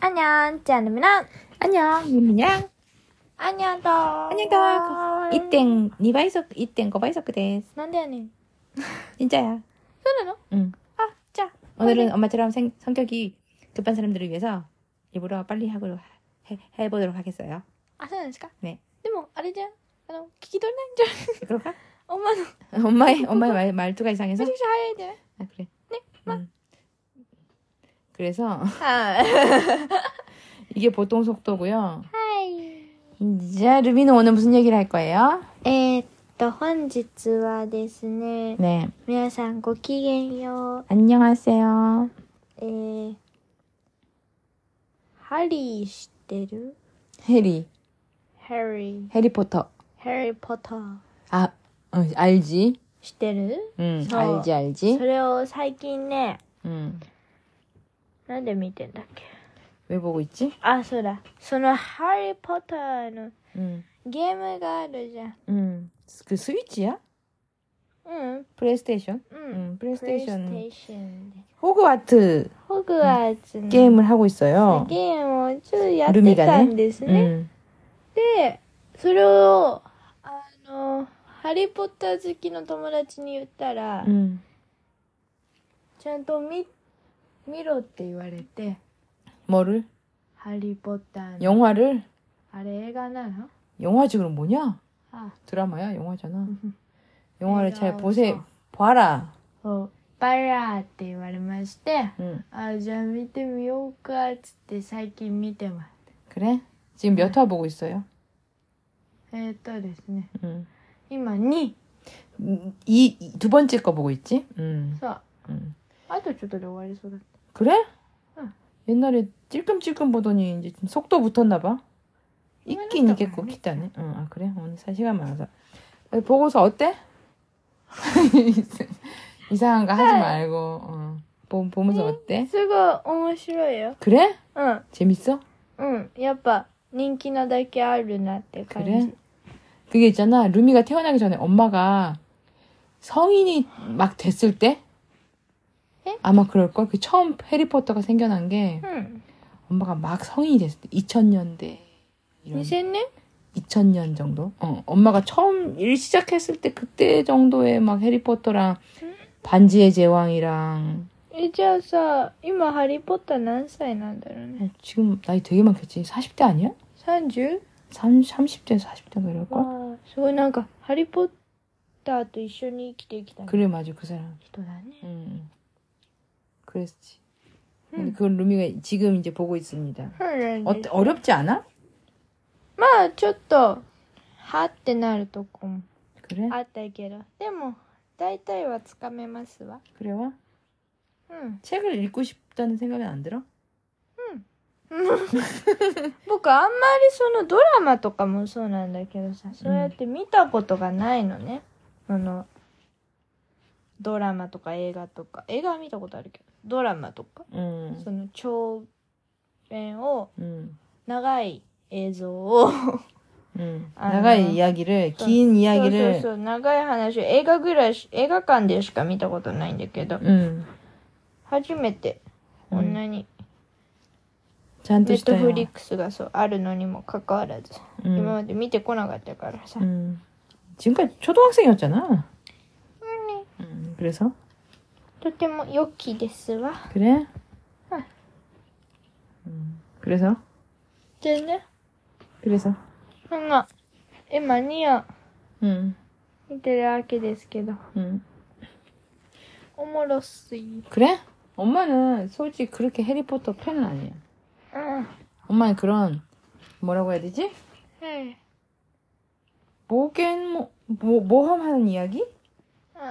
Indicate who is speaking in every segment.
Speaker 1: 안녕, 짠입니다.
Speaker 2: 안녕, 미미냥.
Speaker 1: 안녕도.
Speaker 2: 안녕도. 1.2倍速、1.5倍速です.
Speaker 1: 난데 아니.
Speaker 2: 진짜야.
Speaker 1: 그래요?
Speaker 2: 응.
Speaker 1: 아, 자.
Speaker 2: 오늘은 엄마처럼 생, 성격이 급한 사람들을 위해서 일부러 빨리 하고 해, 해보도록 하겠어요.
Speaker 1: 아,そうなんですか
Speaker 2: 네.
Speaker 1: でも、あれじゃん。あの、聞き取れないんじゃん。
Speaker 2: 그럴까?
Speaker 1: 엄마는
Speaker 2: 엄마의, 엄마의 말, 말투가 이상해서?
Speaker 1: 훨씬 잘해야 돼.
Speaker 2: 아, 그래. 네, 음. 그래서
Speaker 1: 하이.
Speaker 2: 이게 보통 속도고요. 이제 루비는 오늘 무슨 얘기를 할 거예요?
Speaker 1: えーっと、本日はですね、
Speaker 2: 네.
Speaker 1: 皆さんごきげんよう。
Speaker 2: 안녕하세요.
Speaker 1: えー、ハリー知ってる
Speaker 2: 해리.
Speaker 1: ハリー。
Speaker 2: 해리포터.
Speaker 1: ハリーポッター。
Speaker 2: 아, 어, 알지?
Speaker 1: 知ってる
Speaker 2: 응,
Speaker 1: 저-
Speaker 2: 알지,
Speaker 1: そ
Speaker 2: 알지?
Speaker 1: れを最近ね、
Speaker 2: 응.
Speaker 1: なんで見てんだっけ
Speaker 2: 왜 보고 있지?
Speaker 1: あ、そうだ。そのハリーポッターの
Speaker 2: 응.
Speaker 1: ゲームがあるじゃん。
Speaker 2: 응. 그 스위치야?
Speaker 1: うん。
Speaker 2: 플레이스테이션?
Speaker 1: うん。
Speaker 2: 응,
Speaker 1: プレイス
Speaker 2: 플레이스테이션.
Speaker 1: テーションで。
Speaker 2: 호그와트
Speaker 1: ホグワーツの
Speaker 2: 게임을 하고 있어요. 음.
Speaker 1: ゲームをちょっとやってたんですね。
Speaker 2: 응.
Speaker 1: で、それを、あの、ハリーポッター好きの友達に言ったら、
Speaker 2: 응.
Speaker 1: ちゃんと見、見ろって言われて、
Speaker 2: 뭐를?
Speaker 1: ハリーポッターの、
Speaker 2: 영화를?
Speaker 1: あれ映画なの
Speaker 2: 영화지 그럼 뭐냐?
Speaker 1: あ、
Speaker 2: 드라마야, 영화잖아. 영화를 잘
Speaker 1: 내가
Speaker 2: 보세,
Speaker 1: 웃어.
Speaker 2: 봐라.
Speaker 1: そう、バラーって言われまして、
Speaker 2: 응.
Speaker 1: あ、じゃあ見てみようか、つって最近見てます。
Speaker 2: 그래? 지금 몇 화 보고 있어요?
Speaker 1: えーっとですね、
Speaker 2: 응.
Speaker 1: 今2。
Speaker 2: 이, 이- 두 번째 거 보고 있지? 응.
Speaker 1: さ
Speaker 2: 응.
Speaker 1: あ、あとちょっとで終わりそうだった。
Speaker 2: 그래?
Speaker 1: 응.
Speaker 2: 옛날에 찔끔찔끔 보더니 이제 좀 속도 붙었나 봐. 있긴
Speaker 1: 이만했다고
Speaker 2: 있겠고
Speaker 1: 안
Speaker 2: 기타네. 응, 아 그래? 오늘 살 시간 많아서. 어, 보고서 어때? 이상한 거
Speaker 1: 네.
Speaker 2: 하지 말고. 어. 보, 보면서 어때?
Speaker 1: すごい面白いよ。
Speaker 2: 그래?
Speaker 1: うん、
Speaker 2: 재밌어?
Speaker 1: うん。やっぱ人気なだけあるなって感じ。
Speaker 2: 그래? 그게 있잖아. 루미가 태어나기 전에 엄마가 성인이 막 됐을 때
Speaker 1: 에?
Speaker 2: 아마 그럴 걸. 그 처음 해리포터가 생겨난 게
Speaker 1: うん。
Speaker 2: 엄마가 막 성인이 됐을 때 2000년대 이런
Speaker 1: 2000年
Speaker 2: 2000년 정도? 어, 엄마가 처음 일 시작했을 때 그때 정도에 막 해리포터랑
Speaker 1: 응?
Speaker 2: 반지의 제왕이랑
Speaker 1: え、じゃあさ、今ハリーポッター何歳なんだろうね。
Speaker 2: 어, 지금 나이 되게 많겠지? 40대 아니야?
Speaker 1: 30?
Speaker 2: 30, 30대, 40대인가 뭐 이럴걸?
Speaker 1: わあ、すごいなんか、ハリーポッターと一緒に生きてきた
Speaker 2: 그래, 맞아, 그 사람.
Speaker 1: 人だね。
Speaker 2: 응. 그랬지. 근데
Speaker 1: 응.
Speaker 2: 그건 루미가 지금 이제 보고 있습니다.
Speaker 1: うん。
Speaker 2: 어, 어렵지 않아?
Speaker 1: まあ、ちょっと、はってなるとこも
Speaker 2: 그래?
Speaker 1: あったけど、でも、大体はつかめますわ。
Speaker 2: 그래, 와?
Speaker 1: うん。
Speaker 2: 책을 읽고 싶다는 생각은 안 들어?
Speaker 1: 僕あんまりそのドラマとかもそうなんだけどさそうやって見たことがないのね、あのドラマとか映画とか映画は見たことあるけどドラマとか、
Speaker 2: 응.
Speaker 1: その長編を
Speaker 2: 응.
Speaker 1: 長い映像 を
Speaker 2: 응.
Speaker 1: 아,
Speaker 2: 음. 나가의 이야기를, 긴
Speaker 1: そうそう
Speaker 2: 이야기를.
Speaker 1: そう長い話を映画ぐらいし映画館でしか見たことないんだけど
Speaker 2: 응.
Speaker 1: 初めてこんなにネ
Speaker 2: 잔뜩
Speaker 1: ット
Speaker 2: 시도해요.
Speaker 1: フリックスがそうあるのにもかかわらず、
Speaker 2: 응.
Speaker 1: 今まで見てこなかったからさ、
Speaker 2: 음, 지금까지 초등학생이었잖아. 음, 그래서
Speaker 1: とても良きですわ
Speaker 2: 그래.
Speaker 1: 응.
Speaker 2: 음, 그래서
Speaker 1: でね
Speaker 2: 그래서.
Speaker 1: そんな、今2を
Speaker 2: 음,
Speaker 1: 見てるわけですけど、
Speaker 2: 음.
Speaker 1: おもろすぎ。
Speaker 2: 그래? 엄마는 솔직히 그렇게 해리포터 팬은 아니야.
Speaker 1: うん。は
Speaker 2: 엄마는 그런 뭐라고 해야 되지?
Speaker 1: い。
Speaker 2: 모겐 모, 모 모험하는 이야기?
Speaker 1: う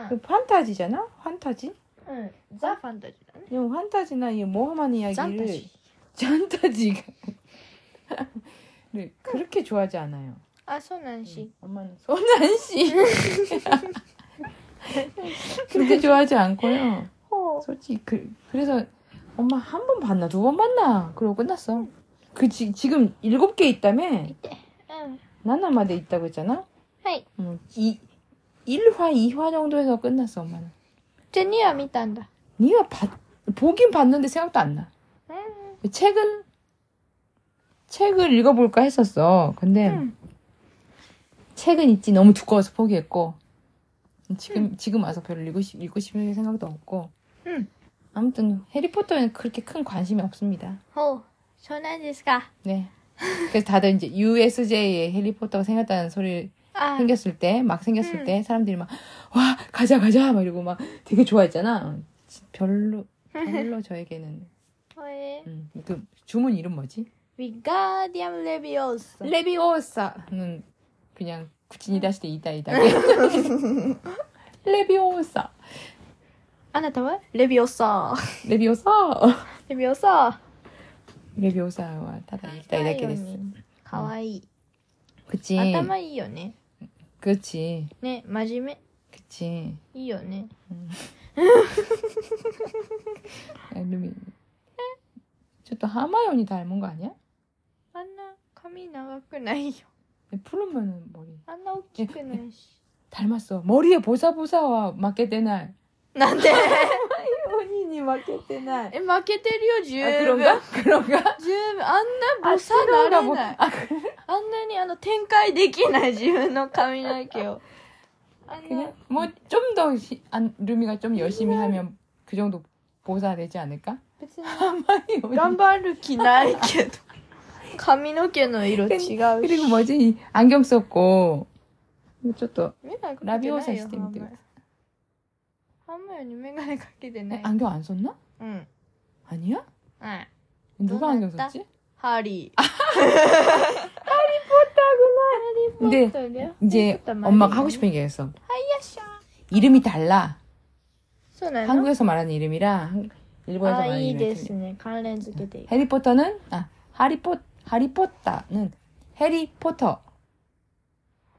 Speaker 2: 그 판타지잖아. 판타지?
Speaker 1: ん。うん。ザ・ファンタジーだね。
Speaker 2: 이 판타지나 이 모험하는 이야기를
Speaker 1: ー。
Speaker 2: 잔타지가 네, 그렇게 좋아하지 않아요.
Speaker 1: あ、そうなんし。
Speaker 2: 엄마는 손안 씨. 그렇게 좋아하지 않고요.
Speaker 1: ほう。
Speaker 2: 솔직히 그, 그래서 엄마 한 번 봤나 두 번 봤나 그러고 끝났어. 그 지, 지금 일곱 개 있다며
Speaker 1: うん。
Speaker 2: 나나마대 네 있다고 했잖아.
Speaker 1: はい。
Speaker 2: 음, 이 1화, 2화 정도에서 끝났어 엄마는.
Speaker 1: じゃあ2は見たんだ。
Speaker 2: 네가 봤, 보긴 봤는데 생각도 안 나.
Speaker 1: 음.
Speaker 2: 그 책은 책을 읽어볼까 했었어. 근데
Speaker 1: 응.
Speaker 2: 책은 있지 너무 두꺼워서 포기했고 지금 지금 와서 별로 읽고 싶 읽고 싶은 생각도 없고.
Speaker 1: 응.
Speaker 2: 아무튼 해리포터에는 그렇게 큰 관심이 없습니다.
Speaker 1: 어,そうなんですか。
Speaker 2: 네. 그래서 다들 이제 USJ에 해리포터가 생겼다는 소리를
Speaker 1: あ、
Speaker 2: 생겼을 때 막 생겼을
Speaker 1: 아. 음.
Speaker 2: 때 사람들이 막 와 가자 가자 막 이러고 막 되게 좋아했잖아. 별로 별로 저에게는
Speaker 1: これ、
Speaker 2: 음, 그 주문 이름 뭐지?
Speaker 1: ウィガーディアム・レビオース。
Speaker 2: 레비오사는 그냥 구친이 다시 때 이다 이다. 레비오사
Speaker 1: あなたはレビオーサ
Speaker 2: 레비오사
Speaker 1: レビオーサ
Speaker 2: 레비오사와 다다 이다 이렇게 됐어.
Speaker 1: かわいい。
Speaker 2: 그치
Speaker 1: 頭いいよね。
Speaker 2: 그치
Speaker 1: ね、真面
Speaker 2: 그치
Speaker 1: 目。いいよね。
Speaker 2: 이름이 저또 하마연이 닮은 거 아니야?
Speaker 1: あんな髪長くないよ。
Speaker 2: 풀르면은 머리
Speaker 1: あんな大きくないし。
Speaker 2: 닮았어. 머리에 보사보사와 맞게 되날.
Speaker 1: なんで
Speaker 2: 본인이 맞게 되날.
Speaker 1: え、負けてるよ、十
Speaker 2: 아,
Speaker 1: 分。
Speaker 2: 그런가? 그런가?
Speaker 1: 十分。あんな
Speaker 2: 아
Speaker 1: ボサな
Speaker 2: 사나라
Speaker 1: れ
Speaker 2: 보.
Speaker 1: ない。
Speaker 2: 아, 그-
Speaker 1: あんなにあの展開できない自分の髪の毛を。あんな
Speaker 2: 그냥 뭐 좀 더 루미가 좀 열심히 하면 그 정도 보사 되지 않을까?
Speaker 1: 別に
Speaker 2: 하마이
Speaker 1: 頑張る気ないけど。髪の毛の色違うし。
Speaker 2: 그리고 뭐지? 이 안경 썼고. 어, 이거 좀더
Speaker 1: 眼鏡かけてないよ。
Speaker 2: ラビオーサしてみて
Speaker 1: 半分半
Speaker 2: くださ
Speaker 1: 分より眼鏡かけてない。
Speaker 2: 안경 안 썼나?
Speaker 1: うん。
Speaker 2: 아니야?
Speaker 1: はい。
Speaker 2: 누가 안경
Speaker 1: 누가
Speaker 2: 썼지?
Speaker 1: ハリー。
Speaker 2: 근데 이제 엄마가 하고 싶은 게그 있어. 이름이 달라.
Speaker 1: そうなの
Speaker 2: 한국에서 말하는 이름이랑 한- 일본에서
Speaker 1: あ、
Speaker 2: 말하는
Speaker 1: いい
Speaker 2: 아, 이름이
Speaker 1: です
Speaker 2: 틀
Speaker 1: ね。関連付けていく。
Speaker 2: 해리포터는 아 하리포 하리포터는 해리포터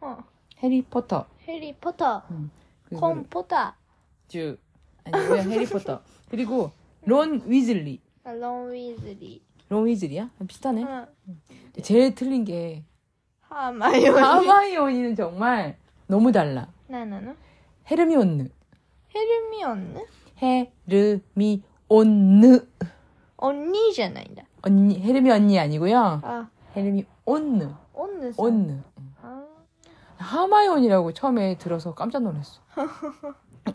Speaker 1: うん
Speaker 2: 해리포터
Speaker 1: ヘリポター、
Speaker 2: 그
Speaker 1: コンポタ
Speaker 2: 주 아니고요 해리포터 그리고 론 위즐리
Speaker 1: ー、ロン・ウィーズリ
Speaker 2: 론 위즐리야 비슷하네
Speaker 1: ー、うん、
Speaker 2: 제일 틀린 게
Speaker 1: ハーマイオニー。
Speaker 2: 하마이오니는 정말 너무 달라
Speaker 1: 何なの
Speaker 2: 헤르미온느
Speaker 1: ヘルミオンね。
Speaker 2: 헤르미온느
Speaker 1: 鬼じゃないんだ。
Speaker 2: 언니 헤르미 언니 아니고요
Speaker 1: あ、
Speaker 2: 헤르미온느
Speaker 1: オンヌさん。
Speaker 2: 온느
Speaker 1: あ
Speaker 2: 하마이온이라고 처음에 들어서 깜짝 놀랐어.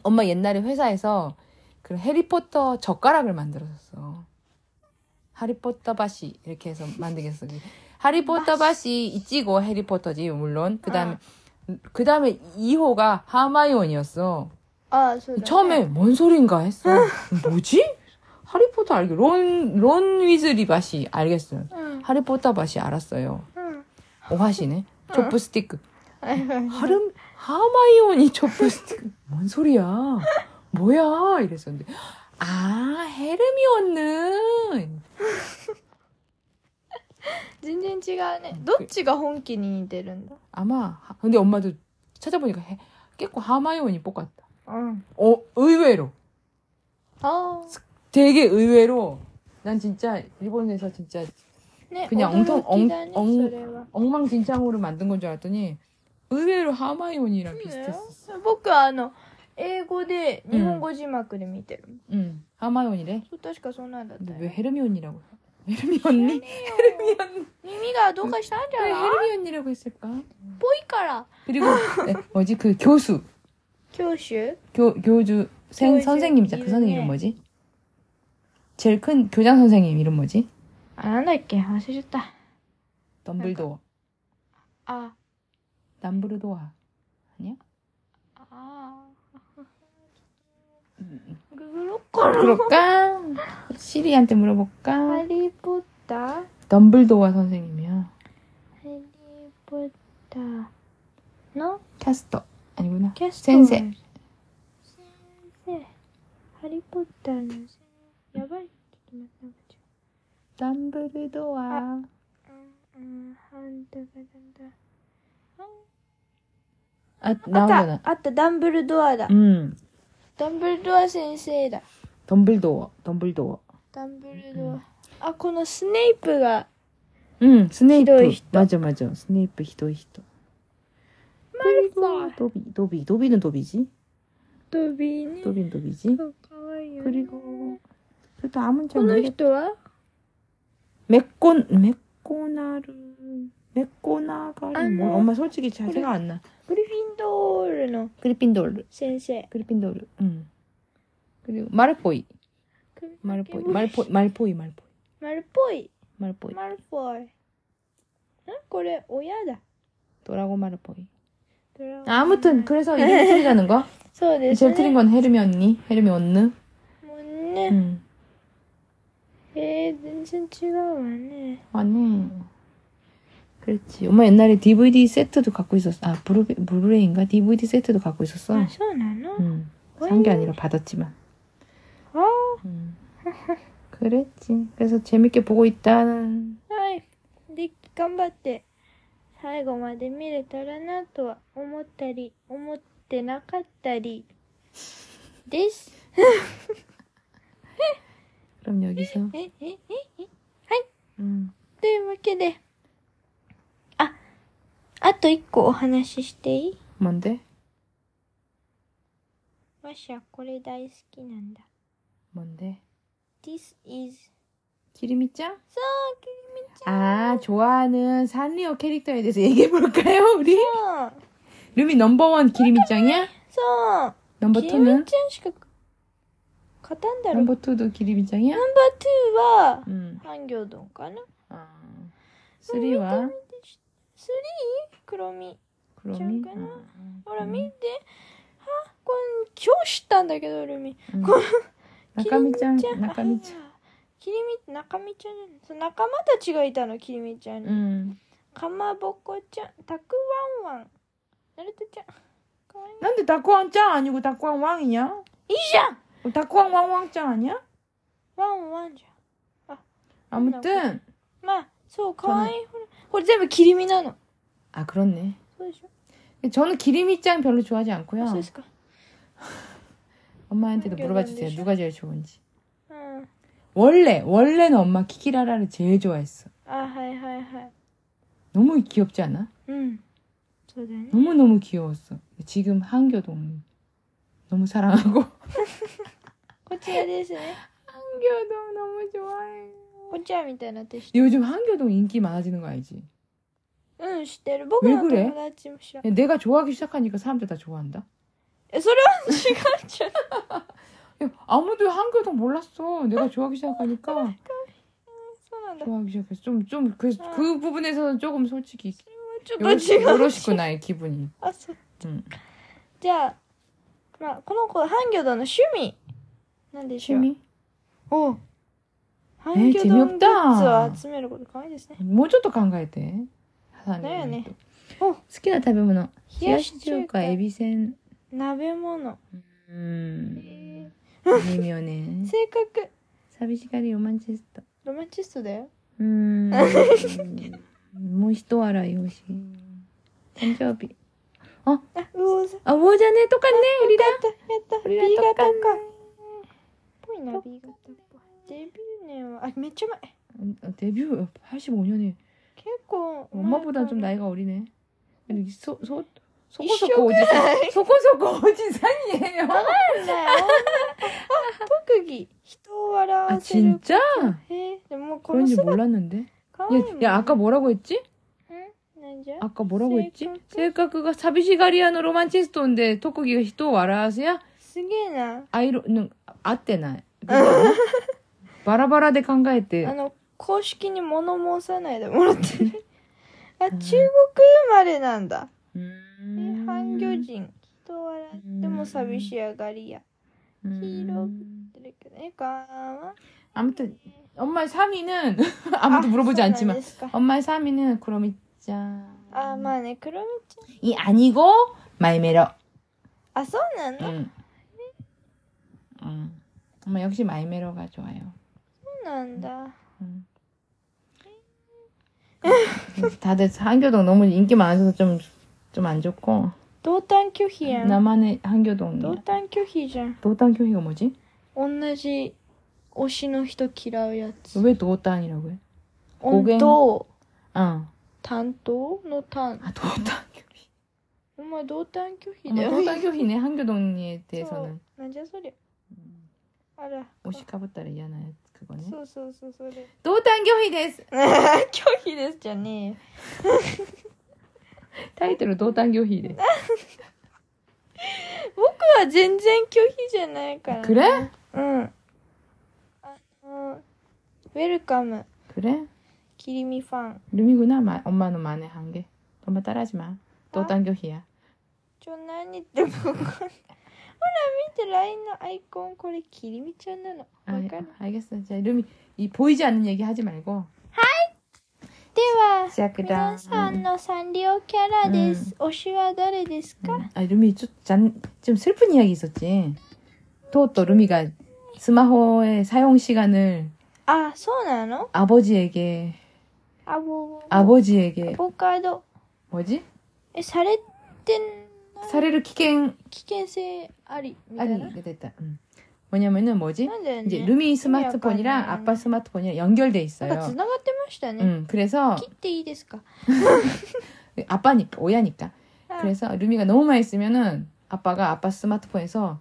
Speaker 2: 엄마 옛날에 회사에서 그 해리포터 젓가락을 만들었었어. 하리포터 바시 이렇게 해서 만들겠어. 하리포터 바시 이치고 해리포터지 물론 그다음에 그다음에 2호가 하마이온이었어.
Speaker 1: あ、そうだ、ね。
Speaker 2: 처음에 뭔 소린가 했어. 뭐지? 하리포터 알게 론, 론 위즐리 바시 알겠어요.
Speaker 1: うん。
Speaker 2: 하리포터 바시 알았어요.
Speaker 1: うん。
Speaker 2: 오하시네. 촛불 스티크.
Speaker 1: はいはい。
Speaker 2: 하름 하마이온이 촛불스틱 뭔 소리야 뭐야 이랬었는데 아 헤르미온은
Speaker 1: 全然違うね。どっちが本気に似てるんだ
Speaker 2: 아마 하- 근데 엄마도 찾아보니까 해, 깼고 하마이온이 뽑았다
Speaker 1: うん。
Speaker 2: 어 의외로
Speaker 1: あ
Speaker 2: 되게 의외로 난 진짜 일본에서 진짜
Speaker 1: あ。ね、
Speaker 2: 그냥엉텅
Speaker 1: 驚きだね、
Speaker 2: 엉
Speaker 1: それは。
Speaker 2: 엉망진창으로 만든 건 줄 알았더니 의외로 하마이온이랑 비슷했어
Speaker 1: 僕はあの、英語で日本語字幕で見てる。
Speaker 2: 응 하마이온이래
Speaker 1: そう確かそんなんだった
Speaker 2: 왜
Speaker 1: よ。
Speaker 2: 헤르미온이라고 헤르미온니
Speaker 1: ヘルミオン耳がどうかしたんじゃ
Speaker 2: 왜
Speaker 1: ないっ
Speaker 2: 헤르미온이라고 했을까
Speaker 1: ぽいから
Speaker 2: 그리고 에, 뭐지 그 교수
Speaker 1: 教習
Speaker 2: 교, 교주 생
Speaker 1: 교주
Speaker 2: 선생님이자 그 선생님 이름
Speaker 1: 이름에.
Speaker 2: 뭐지? 제일 큰 교장 선생님 이름 뭐지?
Speaker 1: あなんだっけ忘れちゃったあ
Speaker 2: 덤블도어
Speaker 1: あ
Speaker 2: 남브르도어 아니야?
Speaker 1: あググロッコロ
Speaker 2: 그럴까? 시리한테
Speaker 1: ハ
Speaker 2: 물어볼까?
Speaker 1: リーポッターハ
Speaker 2: 덤블도어 선생님이야
Speaker 1: リーポッターの
Speaker 2: 캐스터 아니구나
Speaker 1: キャスト
Speaker 2: 先生
Speaker 1: 先生ハリーポッターの先生やばいちょっと待って待って
Speaker 2: 덤블도어
Speaker 1: 아. うんハンドガダンダ
Speaker 2: 아
Speaker 1: あっ
Speaker 2: 나오잖아
Speaker 1: たあったダンブルドアだ
Speaker 2: 음
Speaker 1: ダンブルドア先生だ
Speaker 2: 덤블도어 덤블도어
Speaker 1: ダンブル
Speaker 2: う
Speaker 1: ド
Speaker 2: ん
Speaker 1: ア。あ、このスネイプが、
Speaker 2: 응 음, 스네이프
Speaker 1: 히도이히토.
Speaker 2: 맞아 맞아 스네이프 히도히토 그리고 도비 도비 도비는 도비지
Speaker 1: ドビーね。
Speaker 2: 도비는 도비지
Speaker 1: そうかわいいよね。
Speaker 2: 그리고 그래도 아무튼
Speaker 1: この人は
Speaker 2: 맥곤 맥 꼬나루 메꼬나가리
Speaker 1: 아,
Speaker 2: 뭐
Speaker 1: 뭐.
Speaker 2: 엄마 솔직히 잘 생각 안 나.
Speaker 1: グリフィンドールの
Speaker 2: 그리핀돌
Speaker 1: 先生
Speaker 2: 그리핀돌 응 그리고 마르포이
Speaker 1: マル
Speaker 2: 마르포이 말포 말포이 말포이
Speaker 1: マルっぽい
Speaker 2: 말포이
Speaker 1: マルっぽいんこれ親だ
Speaker 2: 또라고 마르포이
Speaker 1: ドラゴン
Speaker 2: 아무튼 그래서 이름이 틀리다는 거
Speaker 1: そうです
Speaker 2: 제일
Speaker 1: ね
Speaker 2: 틀린 건 헤르미 언니 헤르미 언느
Speaker 1: もうね、
Speaker 2: 응
Speaker 1: えー、全然違うわね
Speaker 2: 아니 그렇지 엄마 옛날에 DVD 세트도 갖고 있었어 아 블루베, 블루레인가 DVD 세트도 갖고 있었어
Speaker 1: あそうなの、
Speaker 2: 응 산 게 아니라 받았지만
Speaker 1: あ
Speaker 2: 응. 음. 그랬지 그래서 재밌게 보고 있다는
Speaker 1: はい。で、頑張って、最後まで見れたらなとは思ったり、思ってなかったり、です。
Speaker 2: 그럼 여기서 음.
Speaker 1: え、え、え、
Speaker 2: 응
Speaker 1: というわけで、あ、あと一個お話ししていい
Speaker 2: 뭔데
Speaker 1: わしはこれ大好きなんだ。
Speaker 2: 뭔데
Speaker 1: This is,
Speaker 2: 기리미짱
Speaker 1: そう、きみち
Speaker 2: 아 좋아하는 산리오 캐릭터에 대해서 얘기해 볼까요 우리
Speaker 1: ゃん。
Speaker 2: 루미 넘버원 기리미짱이야
Speaker 1: そう、
Speaker 2: 넘버
Speaker 1: きみ
Speaker 2: 투는
Speaker 1: ちゃんしか勝たんだろ。ナンバー
Speaker 2: 넘버 투도 기리미짱이야
Speaker 1: 2は、
Speaker 2: 응
Speaker 1: 半魚丼かな
Speaker 2: 아, 쓰리와
Speaker 1: 3? 黒身。
Speaker 2: 그럼이 아,
Speaker 1: 괜찮구나.
Speaker 2: 응, 응,
Speaker 1: ほら
Speaker 2: 그럼이.
Speaker 1: 見て。はこれ今日知ったんだけど、ルミ。
Speaker 2: 응.
Speaker 1: 기름장.
Speaker 2: 음, 나카미짱 나카미짱
Speaker 1: キリミ、仲間ちゃんじゃないそう仲間たちがいたの、キリミち
Speaker 2: 아.
Speaker 1: ゃんに。
Speaker 2: 응.
Speaker 1: かまぼこちゃん、たくわんわん。なるとちゃん。かわいい。
Speaker 2: 난데 다쿠왕짱 아니고 다쿠왕왕이냐
Speaker 1: いいじゃん
Speaker 2: 어, 다쿠왕왕왕짱 아니야
Speaker 1: ワンワンじゃ
Speaker 2: 아무튼
Speaker 1: ん。まあ、そう、かわいい。ほら。これ全部キリミなの。
Speaker 2: 아 그렇네
Speaker 1: そうでしょ
Speaker 2: 저는 기리미짱 별로 좋아하지
Speaker 1: あ
Speaker 2: 않고요
Speaker 1: そうですか。
Speaker 2: 엄마한테도 물어봐 주세요
Speaker 1: 연결되죠?
Speaker 2: 누가 제일 좋은지
Speaker 1: うん。
Speaker 2: 원래 원래는 엄마 키키라라를 제일 좋아했어
Speaker 1: あ、はいはいはい。
Speaker 2: 너무 귀엽지 않아
Speaker 1: うん。そうだよね。
Speaker 2: 너무너무 귀여웠어 지금 한교동 너무 사랑하고
Speaker 1: こちらですね。
Speaker 2: 한교동 너무 좋아해
Speaker 1: こちらみたいになって知って
Speaker 2: 요즘 한교동 인기 많아지는 거 알지
Speaker 1: うん、知ってる。僕の
Speaker 2: 왜
Speaker 1: 友
Speaker 2: 그래
Speaker 1: 達も知らん
Speaker 2: 야, 내가 좋아하기 시작하니까 사람들 다 좋아한다.
Speaker 1: え、それは違うじゃん。
Speaker 2: 야, 아무도 한글도 몰랐어. 내가 좋아하기 시작하니까
Speaker 1: そうなんだ。
Speaker 2: 좋아하기 시작했어. 좀, 좀, 그,
Speaker 1: 아.
Speaker 2: 그 부분에서는 조금 솔직히
Speaker 1: ちょっと
Speaker 2: 요러시-
Speaker 1: 違う。
Speaker 2: 요러시구나의 기분이. 음.
Speaker 1: あ、そう。
Speaker 2: 응.
Speaker 1: じゃあ、まあ、この子、ハンギョドンの趣味、なんでしょう。
Speaker 2: 취미?
Speaker 1: おうハンギョドングッズを集めること可愛いですね。
Speaker 2: 뭐좀더 강가야 돼. 하산이.
Speaker 1: 나야네. 어.
Speaker 2: 好きな食べ物.
Speaker 1: 冷やし中華、エビ、
Speaker 2: 에비센.
Speaker 1: 鍋物、
Speaker 2: 음.
Speaker 1: 性
Speaker 2: 아니면은
Speaker 1: 格、
Speaker 2: 사비시가리 요만체스터.
Speaker 1: ロマンチストだよ。
Speaker 2: 음. 뭐시도 알아 요시. 산조비.
Speaker 1: あ、うおさ、
Speaker 2: 아, 뭐자네 똑같네 우리랑.
Speaker 1: やった、やった、B
Speaker 2: りがとう
Speaker 1: 型か。ぽいな、B 型っぽい。デビュー年は、あ、めっちゃ前。
Speaker 2: 어, 데뷔 85년에
Speaker 1: 結構前かな。
Speaker 2: 엄마보다 좀 나이가 어리네. 근데 이 소, 소,
Speaker 1: 이쇼
Speaker 2: 소고소고 오지 소고소고
Speaker 1: な
Speaker 2: 오지상이에요.
Speaker 1: んだよ。あ、特技、人を笑
Speaker 2: 아
Speaker 1: わせる。
Speaker 2: 진짜?
Speaker 1: へえ、でももうこの
Speaker 2: 그런지
Speaker 1: 姿
Speaker 2: 몰랐는데.
Speaker 1: 可愛いもん
Speaker 2: 야,
Speaker 1: ね。
Speaker 2: 야 아까 음. 뭐라고 했지?
Speaker 1: んなんじゃ
Speaker 2: 아까 뭐라고 했지?
Speaker 1: 셀카크?
Speaker 2: 셀카크가 사비시가리아노 로만체스토인데 토크기가 히토 와라스야
Speaker 1: すげえな。
Speaker 2: 아이로 는 아때나. 바라바라데 칸가에때.
Speaker 1: あの、公式に物申さないでもらって る。あ、中国生まれなんだ。
Speaker 2: 음.
Speaker 1: え、半魚人。人笑っても寂しやがりや。 히로. 이렇게 네, 까마.
Speaker 2: 음. 아무튼 엄마의 3위는 아무도 네. 물어보지
Speaker 1: あそうなん
Speaker 2: 않지만
Speaker 1: ですか
Speaker 2: 엄마의 3위는 그로미짱
Speaker 1: あ、まあね、クロミちゃん。
Speaker 2: 이 아니고 마이메로
Speaker 1: あ、そうなのそ
Speaker 2: 응. 응. 음. 엄마 역시 마이메로가 좋아요
Speaker 1: うなんだ。
Speaker 2: 응. 다들 한교동 너무 인기 많아서 좀 좀 안 좋고
Speaker 1: 同担拒否やん。
Speaker 2: 나만의
Speaker 1: 同
Speaker 2: 한교동
Speaker 1: 担拒否じゃん。
Speaker 2: 도탄교회가 뭐지?
Speaker 1: 同じ推しの人嫌うやつ。
Speaker 2: 왜 도탄이라고 해? 語
Speaker 1: 音
Speaker 2: 源
Speaker 1: と
Speaker 2: 응.
Speaker 1: 担当の担。
Speaker 2: 아 도탄교회
Speaker 1: お前同担拒否だ
Speaker 2: 엄마
Speaker 1: よ。
Speaker 2: 도탄교회네 한교동에 대해서는
Speaker 1: そうなんじゃそりゃ。あら。
Speaker 2: 옷이 까붓다를 이하나 그 그거 네
Speaker 1: そうそうそうそれ
Speaker 2: 도탄 교희です
Speaker 1: 拒否ですじゃねえ
Speaker 2: 타이틀은 도탄 교희 です
Speaker 1: 僕は全然拒否じゃないから
Speaker 2: 그래?
Speaker 1: うんあのウェルカム
Speaker 2: 그래?
Speaker 1: キリミファン
Speaker 2: 루미구나 마, 엄마는 만회한 게 엄마 따라하지 마 도탄 교희야
Speaker 1: ちょ何言ってもわかんないほら見て LINE のアイコンこれキリミちゃんなのわか
Speaker 2: 아,
Speaker 1: るで
Speaker 2: 알겠어 자 루미 이 보이지 않는 얘기 하지 말고
Speaker 1: は
Speaker 2: 시작이다
Speaker 1: 皆さんのサンリオキャラです、推しは誰ですか、
Speaker 2: 음. 아, 루미 좀, 잔, 좀 슬픈 이야기 있었지. 또, 또, 루미가 스마호의 사용 시간을
Speaker 1: あそうなの
Speaker 2: 아버지에게,
Speaker 1: アボア
Speaker 2: 아버지에게,
Speaker 1: ボカド
Speaker 2: 뭐지?
Speaker 1: えされてない
Speaker 2: 사례를 키갱,
Speaker 1: 危険性ありみたい
Speaker 2: 아니,
Speaker 1: な
Speaker 2: 이게 됐다. 음. 뭐냐면은 뭐지?
Speaker 1: なんだよね
Speaker 2: 이제 루미 스마트폰이랑
Speaker 1: 약간,
Speaker 2: 아빠 스마트폰이랑
Speaker 1: なん
Speaker 2: 연결돼
Speaker 1: か
Speaker 2: 있어요.
Speaker 1: 繋がってましたね、
Speaker 2: 음, 그래서
Speaker 1: 切っていいですか
Speaker 2: 아빠니까, 오야니까.
Speaker 1: あ
Speaker 2: 그래서 루미가 너무 많이 쓰면은 아빠가 아빠 스마트폰에서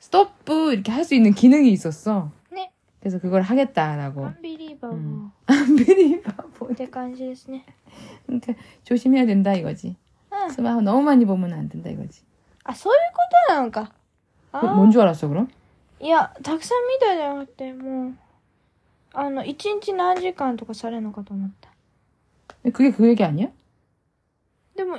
Speaker 2: 스톱 이렇게 할 수 있는 기능이 있었어.
Speaker 1: 네.
Speaker 2: 그래서 그걸 하겠다라고.
Speaker 1: アンビリーバブ
Speaker 2: う
Speaker 1: ル
Speaker 2: ん 비리바보.
Speaker 1: って感じですね
Speaker 2: 그러니까 조심해야 된다 이거지.
Speaker 1: うん
Speaker 2: 스마트 너무 많이 보면 안 된다 이거지.
Speaker 1: あそういうことなのかあー
Speaker 2: 뭔 줄 알았어 그럼?
Speaker 1: いやたくさん見たじゃなくてもうあの一日何時間とかされるのかと思った
Speaker 2: 그게 그 얘기 아니야?
Speaker 1: でも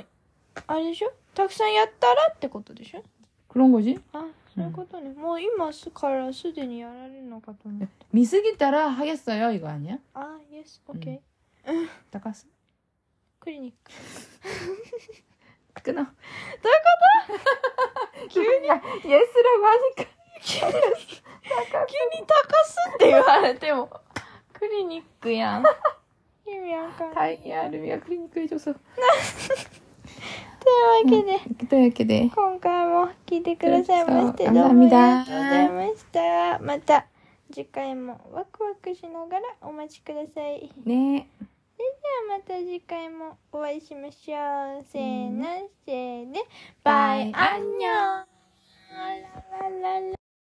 Speaker 1: あれでしょたくさんやったらってことでしょ
Speaker 2: 그런 거지?
Speaker 1: あそういうことね、もう今すからすでにやられるのかと思った
Speaker 2: 미쓰기 따라 하겠어요 이거 아니야?
Speaker 1: あイエスオッケー
Speaker 2: 음. 닦았어.
Speaker 1: クリニック
Speaker 2: 끊어. 기운이 예스라고 하니까.
Speaker 1: 急に高すって言われてもクリニックやん意味わかんない
Speaker 2: 다행이야 루미가 클리니크 해줘서.
Speaker 1: というわけで、
Speaker 2: 그때 이렇게 네. 돼.
Speaker 1: 今回も聞いてくださいまして
Speaker 2: そう
Speaker 1: どうもありがとうござい
Speaker 2: 감사합니다
Speaker 1: ましたまた次回もワクワクしながらお待ちくださいで
Speaker 2: 네.
Speaker 1: はまた次回もお会いしましょうせーのせーでバイアンニョンラララララ